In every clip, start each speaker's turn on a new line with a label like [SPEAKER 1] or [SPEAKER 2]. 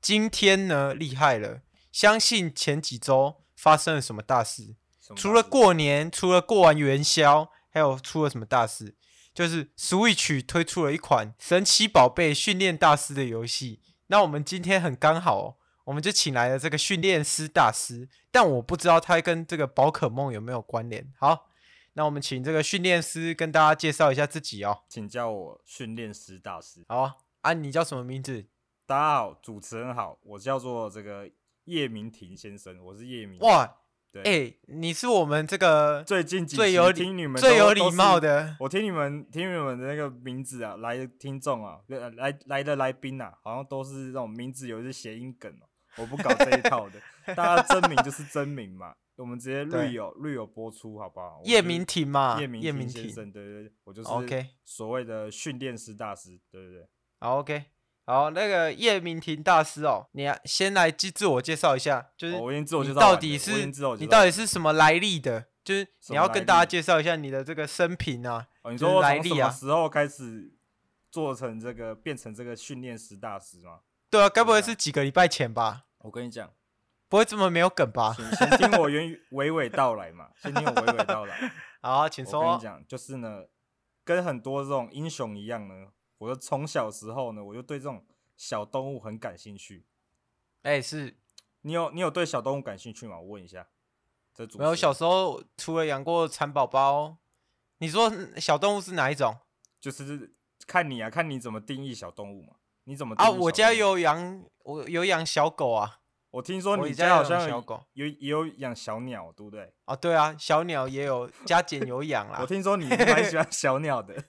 [SPEAKER 1] 今天呢，厉害了！相信前几周发生了什么大事？除了过年，除了过完元宵，还有出了什么大事？就是 Switch 推出了一款《神奇宝贝训练大师》的游戏。那我们今天很刚好、哦，我们就请来了这个训练师大师，但我不知道他跟这个宝可梦有没有关联。好，那我们请这个训练师跟大家介绍一下自己哦。
[SPEAKER 2] 请叫我训练师大师。
[SPEAKER 1] 好啊，你叫什么名字？
[SPEAKER 2] 大家好，主持人好，我叫做这个叶明廷先生，我是叶明。，
[SPEAKER 1] 哇，
[SPEAKER 2] 对，
[SPEAKER 1] 哎、你是我们这个
[SPEAKER 2] 最近几
[SPEAKER 1] 最
[SPEAKER 2] 期
[SPEAKER 1] 有
[SPEAKER 2] 听你
[SPEAKER 1] 礼、
[SPEAKER 2] 们
[SPEAKER 1] 最
[SPEAKER 2] 都
[SPEAKER 1] 有礼貌，
[SPEAKER 2] 都是
[SPEAKER 1] 的。
[SPEAKER 2] 我听你们听你们的那个名字啊，来的听众啊，呃来来的来宾啊，好像都是那种名字有一些谐音梗哦、我不搞这一套 的，大家真名就是真名嘛，我们直接
[SPEAKER 1] 对
[SPEAKER 2] 绿友绿友播出好不好？我
[SPEAKER 1] 叶
[SPEAKER 2] 就
[SPEAKER 1] 明婷嘛，
[SPEAKER 2] 叶
[SPEAKER 1] 叶明
[SPEAKER 2] 明廷先
[SPEAKER 1] 婷。
[SPEAKER 2] 生，对对对，我就是
[SPEAKER 1] OK
[SPEAKER 2] 所谓的训练师大师，对对对。
[SPEAKER 1] 好，OK，好，那个叶明婷大师哦，你、啊、先来自自我介绍一下，就是
[SPEAKER 2] 哦我已经自我介
[SPEAKER 1] 你
[SPEAKER 2] 绍完
[SPEAKER 1] 到
[SPEAKER 2] 了
[SPEAKER 1] 底
[SPEAKER 2] 我已
[SPEAKER 1] 是
[SPEAKER 2] 经自我介
[SPEAKER 1] 你
[SPEAKER 2] 绍
[SPEAKER 1] 到
[SPEAKER 2] 完
[SPEAKER 1] 底是什么来历的？就是
[SPEAKER 2] 什
[SPEAKER 1] 你
[SPEAKER 2] 么
[SPEAKER 1] 要
[SPEAKER 2] 来
[SPEAKER 1] 跟大家
[SPEAKER 2] 历
[SPEAKER 1] 介绍一下你的这个生平啊。
[SPEAKER 2] 哦，你
[SPEAKER 1] 就
[SPEAKER 2] 说
[SPEAKER 1] 是
[SPEAKER 2] 我
[SPEAKER 1] 来
[SPEAKER 2] 从什
[SPEAKER 1] 历
[SPEAKER 2] 么
[SPEAKER 1] 啊
[SPEAKER 2] 时候开始做成这个变成这个训练师大师吗？
[SPEAKER 1] 对啊，该不会
[SPEAKER 2] 对啊
[SPEAKER 1] 是几个礼拜前吧？
[SPEAKER 2] 我跟你讲，
[SPEAKER 1] 不会这么没有梗吧？
[SPEAKER 2] 请先听我原娓娓道来嘛， 先听我娓娓道 来。
[SPEAKER 1] 好，请
[SPEAKER 2] 我跟
[SPEAKER 1] 说
[SPEAKER 2] 你。讲，就是呢，跟很多这种英雄一样呢，我就从小时候呢，我就对这种小动物很感兴趣。
[SPEAKER 1] 哎、是
[SPEAKER 2] 你有你有对小动物感兴趣吗？我问一下。这主
[SPEAKER 1] 没有
[SPEAKER 2] 持人
[SPEAKER 1] 小时候除了养过蚕宝宝，你说小动物是哪一种？
[SPEAKER 2] 就是看你啊，看你怎么定义小动物嘛？你怎么定
[SPEAKER 1] 啊，
[SPEAKER 2] 义小
[SPEAKER 1] 我家
[SPEAKER 2] 动物，
[SPEAKER 1] 有养，我有养小狗啊。
[SPEAKER 2] 我听说
[SPEAKER 1] 我
[SPEAKER 2] 你
[SPEAKER 1] 家有
[SPEAKER 2] 好
[SPEAKER 1] 养
[SPEAKER 2] 像
[SPEAKER 1] 小狗
[SPEAKER 2] 有也有养小鸟，对不对？
[SPEAKER 1] 哦，对啊，小鸟也有，加减有养啦
[SPEAKER 2] 我。听说你蛮喜欢小鸟的，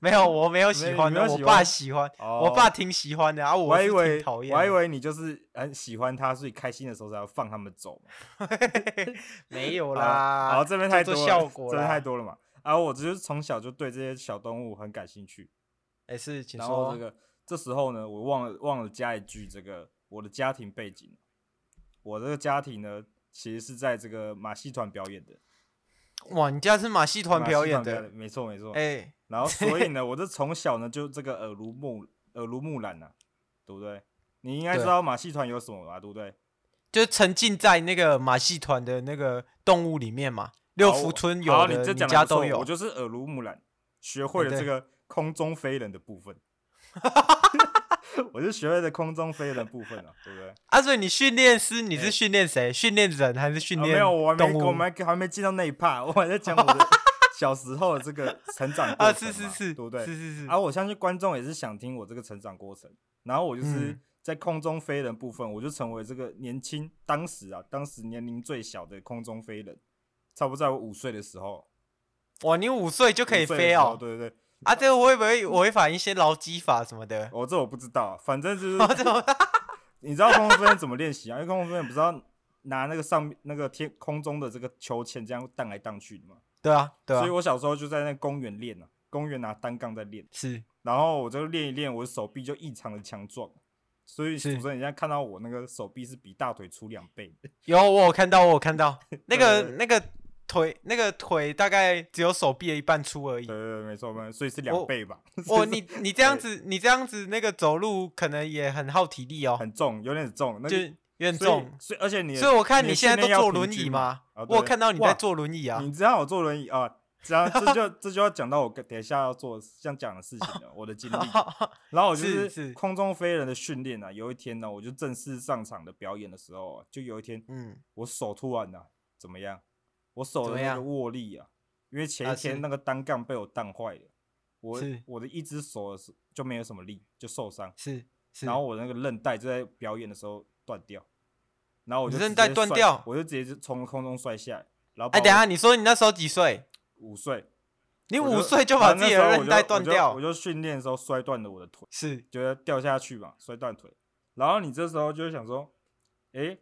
[SPEAKER 1] 没有，我没有喜
[SPEAKER 2] 没
[SPEAKER 1] 欢
[SPEAKER 2] 你
[SPEAKER 1] 的，
[SPEAKER 2] 没有
[SPEAKER 1] 我
[SPEAKER 2] 喜
[SPEAKER 1] 爸
[SPEAKER 2] 欢
[SPEAKER 1] 喜欢，
[SPEAKER 2] 哦
[SPEAKER 1] 我爸挺喜欢的啊。
[SPEAKER 2] 我还
[SPEAKER 1] 是
[SPEAKER 2] 以
[SPEAKER 1] 挺
[SPEAKER 2] 为
[SPEAKER 1] 讨厌
[SPEAKER 2] 我还以
[SPEAKER 1] 的，
[SPEAKER 2] 为你就是很喜欢它，所以开心的时候才要放它们走嘛。
[SPEAKER 1] 没有
[SPEAKER 2] 好
[SPEAKER 1] 啦。
[SPEAKER 2] 好，这边太
[SPEAKER 1] 做
[SPEAKER 2] 多
[SPEAKER 1] 做
[SPEAKER 2] 了，
[SPEAKER 1] 效果
[SPEAKER 2] 这边太
[SPEAKER 1] 啦。
[SPEAKER 2] 多了嘛。啊，我只是从小就对这些小动物很感兴趣，
[SPEAKER 1] 哎，是，请
[SPEAKER 2] 然后
[SPEAKER 1] 说
[SPEAKER 2] 这。个这时候呢，我忘了忘了加一句这个我的家庭背景，我这个家庭呢其实是在这个马戏团表演的，
[SPEAKER 1] 哇，你家是马戏团
[SPEAKER 2] 马
[SPEAKER 1] 表
[SPEAKER 2] 戏
[SPEAKER 1] 演
[SPEAKER 2] 团
[SPEAKER 1] 的？
[SPEAKER 2] 没错没错。
[SPEAKER 1] 哎，
[SPEAKER 2] 然后所以呢，我就从小呢就这个耳濡目耳濡目染呐、对不对？你应该
[SPEAKER 1] 对
[SPEAKER 2] 知道马戏团有什么吧，对不对？
[SPEAKER 1] 就是沉浸在那个马戏团的那个动物里面嘛。六
[SPEAKER 2] 好
[SPEAKER 1] 福
[SPEAKER 2] 我
[SPEAKER 1] 村
[SPEAKER 2] 好
[SPEAKER 1] 有
[SPEAKER 2] 你
[SPEAKER 1] 的，
[SPEAKER 2] 这
[SPEAKER 1] 你
[SPEAKER 2] 讲得
[SPEAKER 1] 家
[SPEAKER 2] 不错
[SPEAKER 1] 都有哎
[SPEAKER 2] 我。就是耳濡目染，学会了
[SPEAKER 1] 对
[SPEAKER 2] 这个空中飞人的 部分。 我就学会了空中飞人的部分了、对不对？
[SPEAKER 1] 啊，所以你训练师，你是
[SPEAKER 2] 哎
[SPEAKER 1] 训练谁？训练人还是训
[SPEAKER 2] 啊、
[SPEAKER 1] 练
[SPEAKER 2] 没有，我还
[SPEAKER 1] 动
[SPEAKER 2] 没，我
[SPEAKER 1] 物？
[SPEAKER 2] 们还还没进到那一 part，我还在讲我 的小时候的这个成长过
[SPEAKER 1] 啊，
[SPEAKER 2] 程
[SPEAKER 1] 是是
[SPEAKER 2] 嘛
[SPEAKER 1] 是，
[SPEAKER 2] 对不对？
[SPEAKER 1] 是是是
[SPEAKER 2] 啊，。我相信观众也是想听我这个成长过程。然后我就是
[SPEAKER 1] 嗯
[SPEAKER 2] 在空中飞人部分，我就成为这个年轻当时啊，当时年龄最小的空中飞人，差不多在我五岁的时候
[SPEAKER 1] 哇，你五岁就可以
[SPEAKER 2] 5岁的时
[SPEAKER 1] 飞
[SPEAKER 2] 候
[SPEAKER 1] 哦？
[SPEAKER 2] 对对对，
[SPEAKER 1] 啊，这个会不会违反一些劳基法什么的？
[SPEAKER 2] 我、哦这我不知道，反正就是
[SPEAKER 1] 哦我怎么
[SPEAKER 2] 你知道空中飞人怎么练习啊？因为空中飞人不是要拿那个上面那个天空中的这个球签这样荡来荡去的嘛，
[SPEAKER 1] 对啊，对啊
[SPEAKER 2] 所以，我小时候就在那公园练啊，公园拿单杠在练。
[SPEAKER 1] 是
[SPEAKER 2] 然后我就练一练，我的手臂就异常的强壮，所以主
[SPEAKER 1] 是
[SPEAKER 2] 持人现在看到我那个手臂是比大腿粗两倍 的，
[SPEAKER 1] 有我有看到，我有看 到那个
[SPEAKER 2] 对
[SPEAKER 1] 那个腿那个腿大概只有手臂的一半粗而已
[SPEAKER 2] 对。对对，没错没错，所以是
[SPEAKER 1] 我
[SPEAKER 2] 两倍吧，
[SPEAKER 1] 哇，哦 你你这样子你这样子那个走路可能也很耗体力哦，
[SPEAKER 2] 很重，有点重，那
[SPEAKER 1] 就
[SPEAKER 2] 个
[SPEAKER 1] 有点
[SPEAKER 2] 所以
[SPEAKER 1] 重。
[SPEAKER 2] 所以而且你的，
[SPEAKER 1] 所以我看
[SPEAKER 2] 你
[SPEAKER 1] 你
[SPEAKER 2] 的
[SPEAKER 1] 现在
[SPEAKER 2] 训
[SPEAKER 1] 都
[SPEAKER 2] 练要
[SPEAKER 1] 坐
[SPEAKER 2] 平
[SPEAKER 1] 轮椅
[SPEAKER 2] 均嘛
[SPEAKER 1] 嘛，
[SPEAKER 2] 啊对
[SPEAKER 1] 我有看到你在
[SPEAKER 2] 哇
[SPEAKER 1] 坐轮椅啊。
[SPEAKER 2] 你知道我坐轮椅啊，这样这就这就要讲到我跟等一下要做想讲的事情了，我 的经历。然后我就
[SPEAKER 1] 是
[SPEAKER 2] 是是空中飞人的训练啊，有一天呢，我就正式上场的表演的时候啊，就有一天
[SPEAKER 1] 嗯，
[SPEAKER 2] 我手突然啊，怎么样？我手
[SPEAKER 1] 怎
[SPEAKER 2] 的
[SPEAKER 1] 么
[SPEAKER 2] 那个
[SPEAKER 1] 样
[SPEAKER 2] 握力啊，因为前
[SPEAKER 1] 啊
[SPEAKER 2] 一天
[SPEAKER 1] 是
[SPEAKER 2] 那个单杠被我荡坏了，我
[SPEAKER 1] 是
[SPEAKER 2] 我的一只手是就没有什么力，就受伤，
[SPEAKER 1] 是是。
[SPEAKER 2] 然后我那个韧带就在表演的时候断掉，然后我
[SPEAKER 1] 你
[SPEAKER 2] 就
[SPEAKER 1] 韧
[SPEAKER 2] 直
[SPEAKER 1] 带
[SPEAKER 2] 接
[SPEAKER 1] 断
[SPEAKER 2] 摔
[SPEAKER 1] 掉
[SPEAKER 2] 我就直接就从空中摔下来，然后
[SPEAKER 1] 哎，
[SPEAKER 2] 把
[SPEAKER 1] 等一
[SPEAKER 2] 我
[SPEAKER 1] 下，你说你那时候几岁？
[SPEAKER 2] 五岁，
[SPEAKER 1] 你
[SPEAKER 2] 我
[SPEAKER 1] 五岁就把
[SPEAKER 2] 然后
[SPEAKER 1] 自己
[SPEAKER 2] 那
[SPEAKER 1] 的
[SPEAKER 2] 时候我
[SPEAKER 1] 韧
[SPEAKER 2] 就
[SPEAKER 1] 带断
[SPEAKER 2] 我就
[SPEAKER 1] 掉
[SPEAKER 2] 我，就训练的时候摔断了我的腿，
[SPEAKER 1] 是
[SPEAKER 2] 觉得掉下去嘛，摔断腿，然后你这时候就会想说，诶、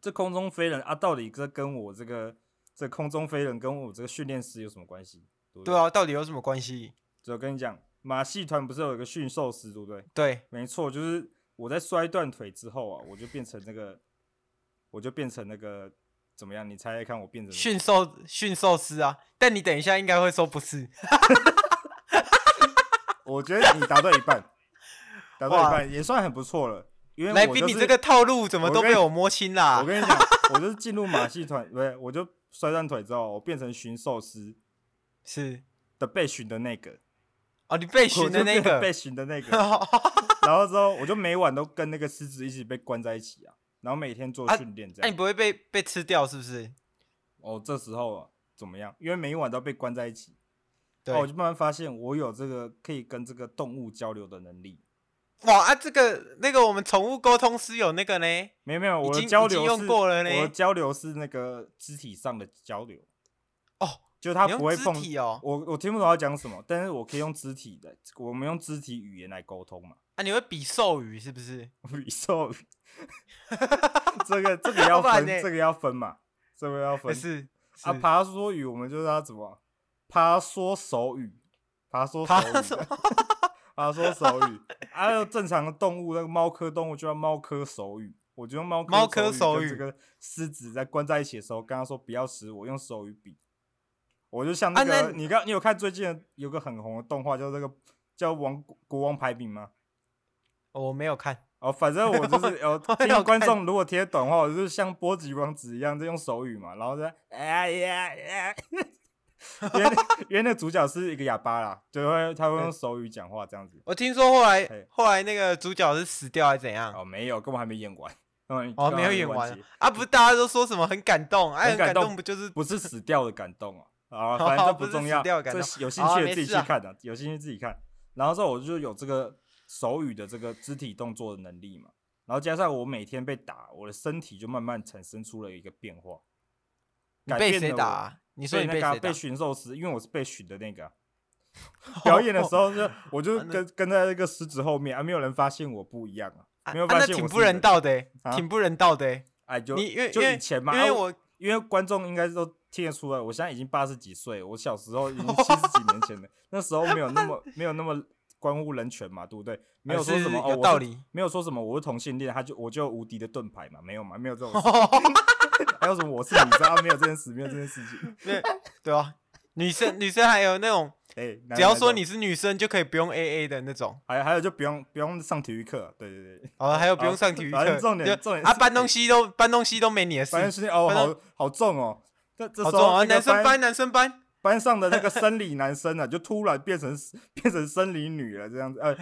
[SPEAKER 2] 这空中飞人啊，到底这跟我这个这空中飞人跟我这个训练师有什么关系？对不
[SPEAKER 1] 对，啊，到底有什么关系？
[SPEAKER 2] 所以我跟你讲，马戏团不是有一个驯兽师，对不对？
[SPEAKER 1] 对，
[SPEAKER 2] 没错，就是我在摔断腿之后啊，我就变成那个，我就变成那个怎么样？你猜猜看，我变成什么
[SPEAKER 1] 驯兽驯兽师啊，但你等一下应该会说不是，
[SPEAKER 2] 我觉得你答对一半，答对一
[SPEAKER 1] 哇
[SPEAKER 2] 半也算很不错了。因为
[SPEAKER 1] 来
[SPEAKER 2] 我
[SPEAKER 1] 宾
[SPEAKER 2] 就
[SPEAKER 1] 你
[SPEAKER 2] 是
[SPEAKER 1] 这个套路怎么
[SPEAKER 2] 我
[SPEAKER 1] 都
[SPEAKER 2] 跟
[SPEAKER 1] 被我摸清啦
[SPEAKER 2] 我？跟你讲，我就是进入马戏团，不是，我就摔断腿之后，我变成驯兽师
[SPEAKER 1] 是
[SPEAKER 2] 的被驯的那个，
[SPEAKER 1] 哦，你被
[SPEAKER 2] 我
[SPEAKER 1] 寻
[SPEAKER 2] 就
[SPEAKER 1] 的那
[SPEAKER 2] 变成
[SPEAKER 1] 个
[SPEAKER 2] 被，驯的那个。然后之后，我就每晚都跟那个狮子一起被关在一起啊，然后每天做
[SPEAKER 1] 啊
[SPEAKER 2] 训练这
[SPEAKER 1] 那你
[SPEAKER 2] 样。
[SPEAKER 1] 不会被被吃掉是不是？
[SPEAKER 2] 哦，这时候、啊、怎么样？因为每一晚都被关在一起，
[SPEAKER 1] 对，
[SPEAKER 2] 然后我就慢慢发现我有这个可以跟这个动物交流的能力。
[SPEAKER 1] 哇啊，这个那个我们宠物沟通师有那个呢，
[SPEAKER 2] 没有没有，
[SPEAKER 1] 已
[SPEAKER 2] 我的
[SPEAKER 1] 经
[SPEAKER 2] 交
[SPEAKER 1] 已经
[SPEAKER 2] 流
[SPEAKER 1] 用
[SPEAKER 2] 是
[SPEAKER 1] 过了
[SPEAKER 2] 我的
[SPEAKER 1] 嘞
[SPEAKER 2] 交流是那个肢体上的交流，
[SPEAKER 1] 哦，
[SPEAKER 2] 就他
[SPEAKER 1] 你
[SPEAKER 2] 不
[SPEAKER 1] 用
[SPEAKER 2] 会
[SPEAKER 1] 肢
[SPEAKER 2] 碰
[SPEAKER 1] 体哦，
[SPEAKER 2] 我，我听不懂他讲什么，但是我可以用肢体的，我们用肢体语言来沟通嘛。
[SPEAKER 1] 啊，你会比兽语是不是？
[SPEAKER 2] 比兽， 这个这个 要
[SPEAKER 1] 不然
[SPEAKER 2] 分，
[SPEAKER 1] 呢
[SPEAKER 2] 这个要分嘛，这个要
[SPEAKER 1] 不
[SPEAKER 2] 分
[SPEAKER 1] 是
[SPEAKER 2] 啊。
[SPEAKER 1] 是
[SPEAKER 2] 爬说语，我们就是要怎么爬说手语，爬说手
[SPEAKER 1] 爬
[SPEAKER 2] 语
[SPEAKER 1] 说
[SPEAKER 2] 的， 爬说手语。还有正常的动物，那个猫科动物就要猫科手语。我就用猫
[SPEAKER 1] 猫科手
[SPEAKER 2] 跟
[SPEAKER 1] 语
[SPEAKER 2] 这个狮子在关在一起的时候，跟他说不要食我，用手语比。我就像那
[SPEAKER 1] 啊
[SPEAKER 2] 个，
[SPEAKER 1] 那
[SPEAKER 2] 你刚你有看最近的有个很红的动画，叫这个叫王国王排名吗？
[SPEAKER 1] 哦我没有看，
[SPEAKER 2] 哦，反正 我就是有
[SPEAKER 1] 我
[SPEAKER 2] 听
[SPEAKER 1] 有
[SPEAKER 2] 众观
[SPEAKER 1] 看
[SPEAKER 2] 众如果贴短话，我就是像波及王子一样，就用手语嘛，然后在哎呀呀， 因为那因为那主角是一个哑巴啦，就会他会用手语讲话这样子。
[SPEAKER 1] 我听说后来
[SPEAKER 2] 嘿
[SPEAKER 1] 后来那个主角是死掉还是怎样？
[SPEAKER 2] 哦，没有，根本还没演完， 嗯，
[SPEAKER 1] 哦，
[SPEAKER 2] 根本
[SPEAKER 1] 没
[SPEAKER 2] 还
[SPEAKER 1] 有演
[SPEAKER 2] 完
[SPEAKER 1] 完
[SPEAKER 2] 结，
[SPEAKER 1] 啊！不是大家都说什么很感动，哎、
[SPEAKER 2] 很
[SPEAKER 1] 很
[SPEAKER 2] 感
[SPEAKER 1] 感
[SPEAKER 2] 动
[SPEAKER 1] 动，不就是
[SPEAKER 2] 不是死掉的感 动哦、啊，反正这不重要，
[SPEAKER 1] 不是死掉的感动
[SPEAKER 2] 这有兴
[SPEAKER 1] 好啊
[SPEAKER 2] 趣的
[SPEAKER 1] 没
[SPEAKER 2] 自己
[SPEAKER 1] 事
[SPEAKER 2] 去
[SPEAKER 1] 啊
[SPEAKER 2] 看的、有兴趣自己看。然后之后我就有这个手语的这个肢体动作的能力嘛，然后加上我每天被打，我的身体就慢慢产生出了一个变化。
[SPEAKER 1] 你
[SPEAKER 2] 改
[SPEAKER 1] 被
[SPEAKER 2] 变
[SPEAKER 1] 谁
[SPEAKER 2] 了
[SPEAKER 1] 打、
[SPEAKER 2] 我
[SPEAKER 1] 啊？你说你
[SPEAKER 2] 那
[SPEAKER 1] 被
[SPEAKER 2] 个啊
[SPEAKER 1] 谁打
[SPEAKER 2] 被？驯兽师，因为我是被驯的那 个啊、表演的时候就我就
[SPEAKER 1] 啊那
[SPEAKER 2] 跟跟在那个狮子后面啊，没有人发现我不一样啊，
[SPEAKER 1] 啊
[SPEAKER 2] 没有
[SPEAKER 1] 啊
[SPEAKER 2] 发
[SPEAKER 1] 那
[SPEAKER 2] 现
[SPEAKER 1] 挺
[SPEAKER 2] 我
[SPEAKER 1] 不
[SPEAKER 2] 是
[SPEAKER 1] 人
[SPEAKER 2] 人。
[SPEAKER 1] 道的欸、
[SPEAKER 2] 啊
[SPEAKER 1] 挺不人道的欸、
[SPEAKER 2] 哎，就
[SPEAKER 1] 你因为
[SPEAKER 2] 就
[SPEAKER 1] 因为
[SPEAKER 2] 以前嘛，
[SPEAKER 1] 因为
[SPEAKER 2] 啊
[SPEAKER 1] 我
[SPEAKER 2] 因为观众应该都听得出来，我现在已经八十几岁，我小时候已经七十几年前了，那时候没有那么没有那么关乎人权嘛，对不对？没有说什么
[SPEAKER 1] 还
[SPEAKER 2] 哦
[SPEAKER 1] 是有
[SPEAKER 2] 我
[SPEAKER 1] 道
[SPEAKER 2] 是
[SPEAKER 1] 理
[SPEAKER 2] 没有说什么我是同性恋，他就我就无敌的盾牌嘛，没有嘛，没有这种 事，还有什么我是你知道没有这件事，没有这件事情。
[SPEAKER 1] 对对啊，女生女生还有那种
[SPEAKER 2] 哎，哪
[SPEAKER 1] 只
[SPEAKER 2] 有
[SPEAKER 1] 要
[SPEAKER 2] 哪
[SPEAKER 1] 说
[SPEAKER 2] 种
[SPEAKER 1] 你是女生就可以不用 A A 的那种，
[SPEAKER 2] 还还有就不用不用上体育课，对对对，
[SPEAKER 1] 好了，还有不
[SPEAKER 2] 好
[SPEAKER 1] 用上体育
[SPEAKER 2] 哦反正
[SPEAKER 1] 课，
[SPEAKER 2] 重点
[SPEAKER 1] 就
[SPEAKER 2] 重点
[SPEAKER 1] 啊
[SPEAKER 2] 是
[SPEAKER 1] 搬东西都搬东西都没你的事
[SPEAKER 2] 反，正是哦，
[SPEAKER 1] 反正
[SPEAKER 2] 好好重哦。这这
[SPEAKER 1] 好
[SPEAKER 2] 时
[SPEAKER 1] 重啊！
[SPEAKER 2] 候那
[SPEAKER 1] 男
[SPEAKER 2] 个
[SPEAKER 1] 生搬
[SPEAKER 2] 班
[SPEAKER 1] 男生搬，
[SPEAKER 2] 班上的那个生理男 生啊，就突然变成 变成生理女了，这样子，呃，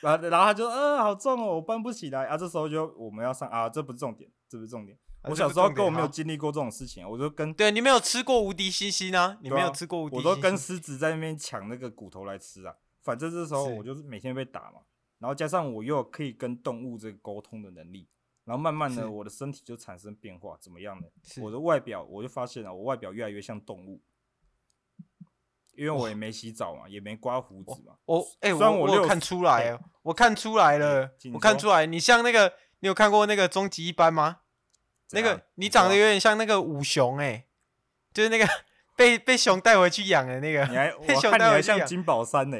[SPEAKER 2] 然后然后他就呃好重哦，我搬不起来啊。这时候就我们要上啊，这不是重点，这不是重点。
[SPEAKER 1] 啊
[SPEAKER 2] 我
[SPEAKER 1] 这
[SPEAKER 2] 小
[SPEAKER 1] 不
[SPEAKER 2] 时候
[SPEAKER 1] 重
[SPEAKER 2] 根本
[SPEAKER 1] 点
[SPEAKER 2] 没有
[SPEAKER 1] 好
[SPEAKER 2] 经历过这种事情，我就跟
[SPEAKER 1] 对你没有吃过无敌星星啊？你
[SPEAKER 2] 对
[SPEAKER 1] 没有
[SPEAKER 2] 啊
[SPEAKER 1] 吃过无敌
[SPEAKER 2] 我
[SPEAKER 1] 星
[SPEAKER 2] 都
[SPEAKER 1] 星？
[SPEAKER 2] 跟狮子在那边抢那个骨头来吃啊。反正这时候
[SPEAKER 1] 是
[SPEAKER 2] 我就是每天被打嘛，然后加上我又有可以跟动物这个沟通的能力，然后慢慢
[SPEAKER 1] 是
[SPEAKER 2] 的我的身体就产生变化，怎么样呢？
[SPEAKER 1] 是
[SPEAKER 2] 我的外表我就发现了，我外表越来越像动物，因为我也没洗澡嘛，也没刮胡子嘛。
[SPEAKER 1] 我哎、
[SPEAKER 2] 虽然
[SPEAKER 1] 我
[SPEAKER 2] 我
[SPEAKER 1] 我
[SPEAKER 2] 六
[SPEAKER 1] 有
[SPEAKER 2] 十
[SPEAKER 1] 看出来
[SPEAKER 2] 哎
[SPEAKER 1] 哦，我看出来了
[SPEAKER 2] 请，
[SPEAKER 1] 我看
[SPEAKER 2] 说
[SPEAKER 1] 出来，你像那个，你有看过那个终极一班吗？那
[SPEAKER 2] 怎样
[SPEAKER 1] 个你长得
[SPEAKER 2] 说
[SPEAKER 1] 有点像那个五熊哎、就是那个 被被熊带回去养的那个，
[SPEAKER 2] 你还
[SPEAKER 1] 被
[SPEAKER 2] 我
[SPEAKER 1] 熊
[SPEAKER 2] 看你
[SPEAKER 1] 带
[SPEAKER 2] 还
[SPEAKER 1] 回去
[SPEAKER 2] 像
[SPEAKER 1] 养。
[SPEAKER 2] 金宝山呢、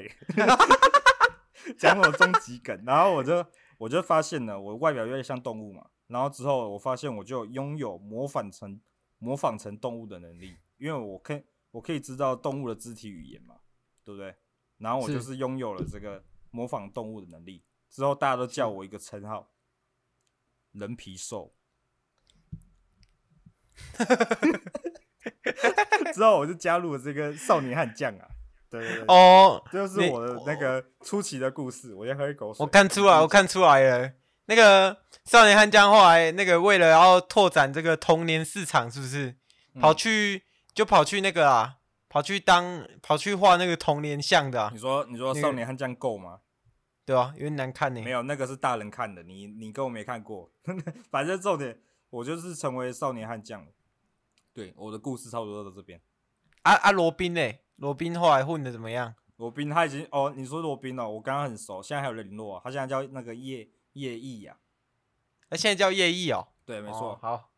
[SPEAKER 2] 讲我终极梗，然后我就我就发现了，我外表越来越像动物嘛，然后之后我发现我就拥有模仿成模仿成动物的能力，因为我可以我可以知道动物的肢体语言嘛，对不对？然后我就是是拥有了这个模仿动物的能力，之后大家都叫我一个称号——人 皮兽。之后我就加入了这个少年悍将啊，对对对，
[SPEAKER 1] 哦，
[SPEAKER 2] 这就
[SPEAKER 1] 你
[SPEAKER 2] 是我的那个出奇的故事。我先喝一口水。
[SPEAKER 1] 我看出来，我看出来了。那个少年悍将后来那个为了要拓展这个童年市场，是不是
[SPEAKER 2] 嗯
[SPEAKER 1] 跑去就跑去那个啊，跑去当跑去画那个童年像的、啊
[SPEAKER 2] 你，说你说
[SPEAKER 1] 那个
[SPEAKER 2] 少年悍将够吗？
[SPEAKER 1] 对吧、有点难看欸呢、
[SPEAKER 2] 没有，那个是大人看的，你你跟我没看过。 反正重点，我就是成为少年悍将了。对，我的故事差不多到这边。
[SPEAKER 1] 啊啊，罗宾呢？罗宾后来混的怎么样？
[SPEAKER 2] 罗宾他已经哦，你说罗宾哦，我刚刚很熟，现在还有联络啊。他现在叫那个叶夜翼呀、
[SPEAKER 1] 那啊现在叫夜翼哦。
[SPEAKER 2] 对，没
[SPEAKER 1] 哦
[SPEAKER 2] 错。
[SPEAKER 1] 好，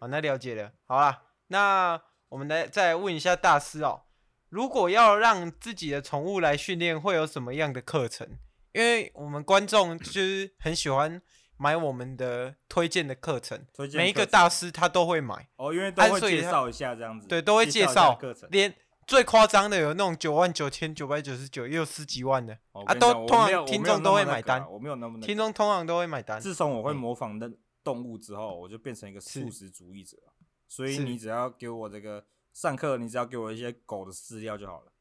[SPEAKER 1] 好，那了解了。好啦，那我们来再问一下大师哦，如果要让自己的宠物来训练，会有什么样的课程？因为我们观众就是很喜欢买我们的推荐的课程，
[SPEAKER 2] 推荐
[SPEAKER 1] 每一个
[SPEAKER 2] 课程
[SPEAKER 1] 大师他都会买，
[SPEAKER 2] 哦，因为都
[SPEAKER 1] 啊
[SPEAKER 2] 会
[SPEAKER 1] 所以
[SPEAKER 2] 介
[SPEAKER 1] 他
[SPEAKER 2] 绍一下这样子，
[SPEAKER 1] 对，都会介
[SPEAKER 2] 介
[SPEAKER 1] 绍
[SPEAKER 2] 课程。
[SPEAKER 1] 连最夸张的有那种九万九千九百九十九，也有十几万的，
[SPEAKER 2] 哦我
[SPEAKER 1] 啊
[SPEAKER 2] 跟你
[SPEAKER 1] 都
[SPEAKER 2] 讲我
[SPEAKER 1] 通
[SPEAKER 2] 没有
[SPEAKER 1] 常听
[SPEAKER 2] 我没
[SPEAKER 1] 众
[SPEAKER 2] 有那
[SPEAKER 1] 都
[SPEAKER 2] 么
[SPEAKER 1] 会
[SPEAKER 2] 那
[SPEAKER 1] 买
[SPEAKER 2] 个啊
[SPEAKER 1] 单
[SPEAKER 2] 我没有那么那
[SPEAKER 1] 听
[SPEAKER 2] 个。
[SPEAKER 1] 众通常都会买单。
[SPEAKER 2] 自从我会
[SPEAKER 1] 嗯
[SPEAKER 2] 模仿的动物之后，我就变成一个素食主义者了。所以
[SPEAKER 1] 是
[SPEAKER 2] 你只要给我这个上课，你只要给我一些狗的饲料就好了，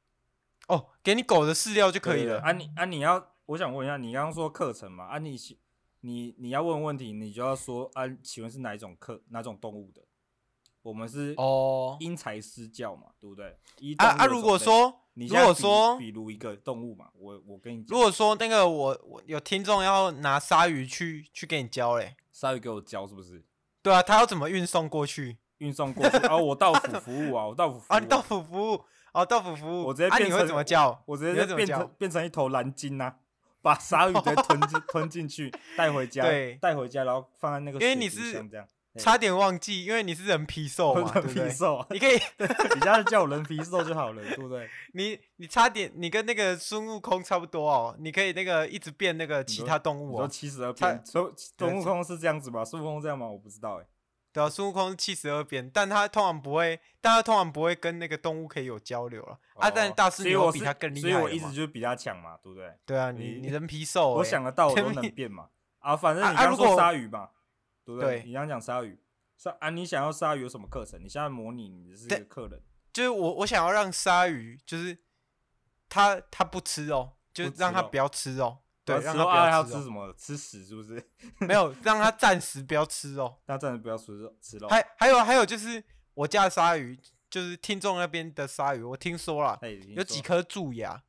[SPEAKER 1] 哦，给你狗的饲料就可以
[SPEAKER 2] 对
[SPEAKER 1] 了。
[SPEAKER 2] 啊你，啊，你要，我想问一下，你刚刚说课程嘛？啊你，喜你你要问问题，你就要说啊，请问是哪一种课，哪种动物的？我们是
[SPEAKER 1] 哦，
[SPEAKER 2] 因材施教嘛，对不对？依
[SPEAKER 1] 啊
[SPEAKER 2] 动物的
[SPEAKER 1] 啊，如
[SPEAKER 2] 种
[SPEAKER 1] 果
[SPEAKER 2] 类
[SPEAKER 1] 说
[SPEAKER 2] 你
[SPEAKER 1] 如
[SPEAKER 2] 现在
[SPEAKER 1] 果
[SPEAKER 2] 比
[SPEAKER 1] 说
[SPEAKER 2] 比如一个动物嘛，我我跟你讲，
[SPEAKER 1] 如果说那个我我有听众要拿鲨鱼去去给你教嘞，
[SPEAKER 2] 鲨鱼给我教是不是？
[SPEAKER 1] 对啊，他要怎么运送过去
[SPEAKER 2] 运送过去，哦，我 到府服务啊，我到府服务
[SPEAKER 1] 啊？你豆腐服务哦，豆腐服务，
[SPEAKER 2] 我直接
[SPEAKER 1] 啊，
[SPEAKER 2] 变
[SPEAKER 1] 你会
[SPEAKER 2] 成
[SPEAKER 1] 怎么教？
[SPEAKER 2] 我直
[SPEAKER 1] 你会
[SPEAKER 2] 接
[SPEAKER 1] 怎
[SPEAKER 2] 就
[SPEAKER 1] 么
[SPEAKER 2] 变
[SPEAKER 1] 教
[SPEAKER 2] 成？变成一头蓝鲸啊，把鲨鱼直接吞 进吞进去，带回家
[SPEAKER 1] 对，
[SPEAKER 2] 带回家，然后放在那个
[SPEAKER 1] 因为
[SPEAKER 2] 水
[SPEAKER 1] 你
[SPEAKER 2] 族
[SPEAKER 1] 是
[SPEAKER 2] 箱这样，嘿
[SPEAKER 1] 差点忘记，因为你是人皮兽嘛，对
[SPEAKER 2] 哎人
[SPEAKER 1] 不
[SPEAKER 2] 皮
[SPEAKER 1] 对？
[SPEAKER 2] 兽，啊
[SPEAKER 1] 你可以，
[SPEAKER 2] 你下次叫我人皮兽就好了，对 不对？
[SPEAKER 1] 你你差点，你跟那个孙悟空差不多哦，你可以那个一直变那个其
[SPEAKER 2] 说
[SPEAKER 1] 他动
[SPEAKER 2] 我
[SPEAKER 1] 物
[SPEAKER 2] 说
[SPEAKER 1] 哦，
[SPEAKER 2] 七十二
[SPEAKER 1] 差
[SPEAKER 2] 变，孙孙悟空是这样子吧？孙悟空这样吗？我不知道哎、
[SPEAKER 1] 对啊，孙悟空是七十二变，但他通常不会，但他通常不会跟那个动物可以有交流了啊。
[SPEAKER 2] 哦
[SPEAKER 1] 但大师
[SPEAKER 2] 所以
[SPEAKER 1] 你
[SPEAKER 2] 我
[SPEAKER 1] 又比
[SPEAKER 2] 是
[SPEAKER 1] 他更厉
[SPEAKER 2] 所以
[SPEAKER 1] 害
[SPEAKER 2] 我
[SPEAKER 1] 了
[SPEAKER 2] 一
[SPEAKER 1] 嘛
[SPEAKER 2] 直就比他强嘛，对不对？
[SPEAKER 1] 对啊，你你
[SPEAKER 2] 咦
[SPEAKER 1] 人皮兽欸，
[SPEAKER 2] 我想得到我都
[SPEAKER 1] 天
[SPEAKER 2] 能
[SPEAKER 1] 命
[SPEAKER 2] 变嘛。啊，反正
[SPEAKER 1] 啊
[SPEAKER 2] 你
[SPEAKER 1] 啊
[SPEAKER 2] 刚
[SPEAKER 1] 如
[SPEAKER 2] 说
[SPEAKER 1] 果
[SPEAKER 2] 鲨鱼嘛，对不
[SPEAKER 1] 对
[SPEAKER 2] 你刚讲鲨鱼，鲨啊，你想要鲨鱼有什么课程？你现在模拟你是
[SPEAKER 1] 对
[SPEAKER 2] 个客人，
[SPEAKER 1] 就是我我想要让鲨鱼，就是它它不吃哦，就是
[SPEAKER 2] 不吃
[SPEAKER 1] 让它
[SPEAKER 2] 哦
[SPEAKER 1] 不要吃哦，对，
[SPEAKER 2] 我要
[SPEAKER 1] 让
[SPEAKER 2] 吃
[SPEAKER 1] 它
[SPEAKER 2] 肉
[SPEAKER 1] 不
[SPEAKER 2] 啊，要
[SPEAKER 1] 吃
[SPEAKER 2] 吃什
[SPEAKER 1] 哦，
[SPEAKER 2] 么？吃屎是不是？
[SPEAKER 1] 没有让它暂时不要吃哦。
[SPEAKER 2] 那真的不要吃肉，吃肉。
[SPEAKER 1] 还还有还有就是我家的鲨鱼，就是听众那边的鲨鱼，我听说了
[SPEAKER 2] 哎，你
[SPEAKER 1] 有
[SPEAKER 2] 说
[SPEAKER 1] 几颗蛀牙啊，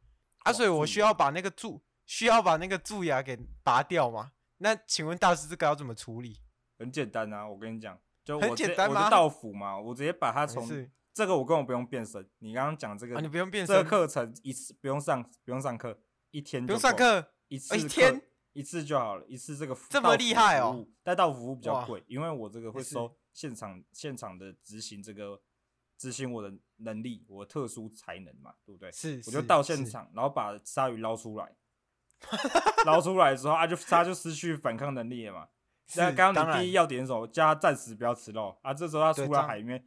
[SPEAKER 2] 哇
[SPEAKER 1] 所以我
[SPEAKER 2] 蛀
[SPEAKER 1] 需要把那个蛀需要把那个蛀牙给拔掉嘛。那请问大师这个要怎么处理？
[SPEAKER 2] 很简单啊，我跟你讲，就
[SPEAKER 1] 很
[SPEAKER 2] 我直
[SPEAKER 1] 简
[SPEAKER 2] 接
[SPEAKER 1] 单
[SPEAKER 2] 我
[SPEAKER 1] 吗
[SPEAKER 2] 是道府嘛，我直接把它
[SPEAKER 1] 还
[SPEAKER 2] 从
[SPEAKER 1] 是
[SPEAKER 2] 这个我根本不用变身，你刚刚讲这个
[SPEAKER 1] 啊，你不用变
[SPEAKER 2] 这个
[SPEAKER 1] 身，
[SPEAKER 2] 课程一次不用上不用上课，一天
[SPEAKER 1] 不
[SPEAKER 2] 就
[SPEAKER 1] 用上
[SPEAKER 2] 够
[SPEAKER 1] 课，
[SPEAKER 2] 一次
[SPEAKER 1] 哦一
[SPEAKER 2] 课
[SPEAKER 1] 天
[SPEAKER 2] 一次就好了，一次这个
[SPEAKER 1] 这么
[SPEAKER 2] 到
[SPEAKER 1] 厉
[SPEAKER 2] 府
[SPEAKER 1] 害
[SPEAKER 2] 服
[SPEAKER 1] 哦
[SPEAKER 2] 务，但到服务比较
[SPEAKER 1] 哇
[SPEAKER 2] 贵，因为我这个会
[SPEAKER 1] 也是
[SPEAKER 2] 收现场现场的执行这个执行我的能力，我的特殊才能嘛，对不对？
[SPEAKER 1] 是
[SPEAKER 2] 我就是到
[SPEAKER 1] 是
[SPEAKER 2] 现场，然后把鲨鱼捞出来，捞出来之后，啊就它就失去反抗能力了嘛。
[SPEAKER 1] 是
[SPEAKER 2] 那刚
[SPEAKER 1] 当
[SPEAKER 2] 刚你
[SPEAKER 1] 然
[SPEAKER 2] 第一要点是什么？叫它暂时不要吃肉啊，这时候它
[SPEAKER 1] 对
[SPEAKER 2] 出
[SPEAKER 1] 这
[SPEAKER 2] 来
[SPEAKER 1] 样
[SPEAKER 2] 海里面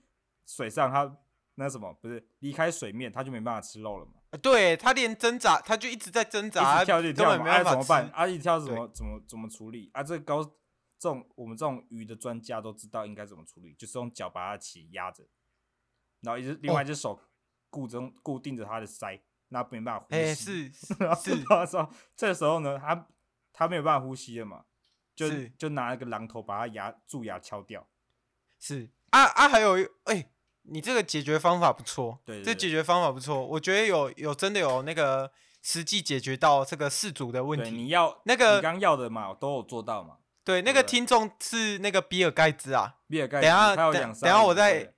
[SPEAKER 2] 水上，它那什么不是离开水面，它就没办法吃肉了嘛。
[SPEAKER 1] 呃对他连挣扎，他就一直在挣
[SPEAKER 2] 一
[SPEAKER 1] 扎，
[SPEAKER 2] 直跳
[SPEAKER 1] 啊他
[SPEAKER 2] 一直
[SPEAKER 1] 根
[SPEAKER 2] 跳
[SPEAKER 1] 本
[SPEAKER 2] 嘛，
[SPEAKER 1] 没
[SPEAKER 2] 啊
[SPEAKER 1] 办
[SPEAKER 2] 怎
[SPEAKER 1] 法
[SPEAKER 2] 么
[SPEAKER 1] 吃
[SPEAKER 2] 办？啊，一直跳怎么怎么怎么处理？啊，这个高这种我们这种鱼的专家都知道应该怎么处理，就是用脚把它起压着，然后一只另
[SPEAKER 1] 哦
[SPEAKER 2] 外一只手固着固定着它的鳃，那没办法呼
[SPEAKER 1] 哎、是
[SPEAKER 2] 吸。
[SPEAKER 1] 是
[SPEAKER 2] 然后
[SPEAKER 1] 是
[SPEAKER 2] 然后说这时候呢，它它没有办法呼吸了嘛，就是就拿一个榔头把它牙蛀牙敲掉。
[SPEAKER 1] 是啊啊，还有一哎、你这个解决方法不错，
[SPEAKER 2] 对对
[SPEAKER 1] 这
[SPEAKER 2] 对
[SPEAKER 1] 解决方法不错，我觉得有有真的有那个实际解决到这个事主的问
[SPEAKER 2] 对，
[SPEAKER 1] 题。
[SPEAKER 2] 你要
[SPEAKER 1] 那个
[SPEAKER 2] 你刚要的嘛，我都有做到嘛。
[SPEAKER 1] 对，那
[SPEAKER 2] 对
[SPEAKER 1] 个
[SPEAKER 2] 对
[SPEAKER 1] 听众是那个比尔盖茨啊，
[SPEAKER 2] 比尔盖茨
[SPEAKER 1] 等一下
[SPEAKER 2] 他有
[SPEAKER 1] 等
[SPEAKER 2] 养鲨
[SPEAKER 1] 等一下
[SPEAKER 2] 鱼
[SPEAKER 1] 我
[SPEAKER 2] 对不
[SPEAKER 1] 再
[SPEAKER 2] 对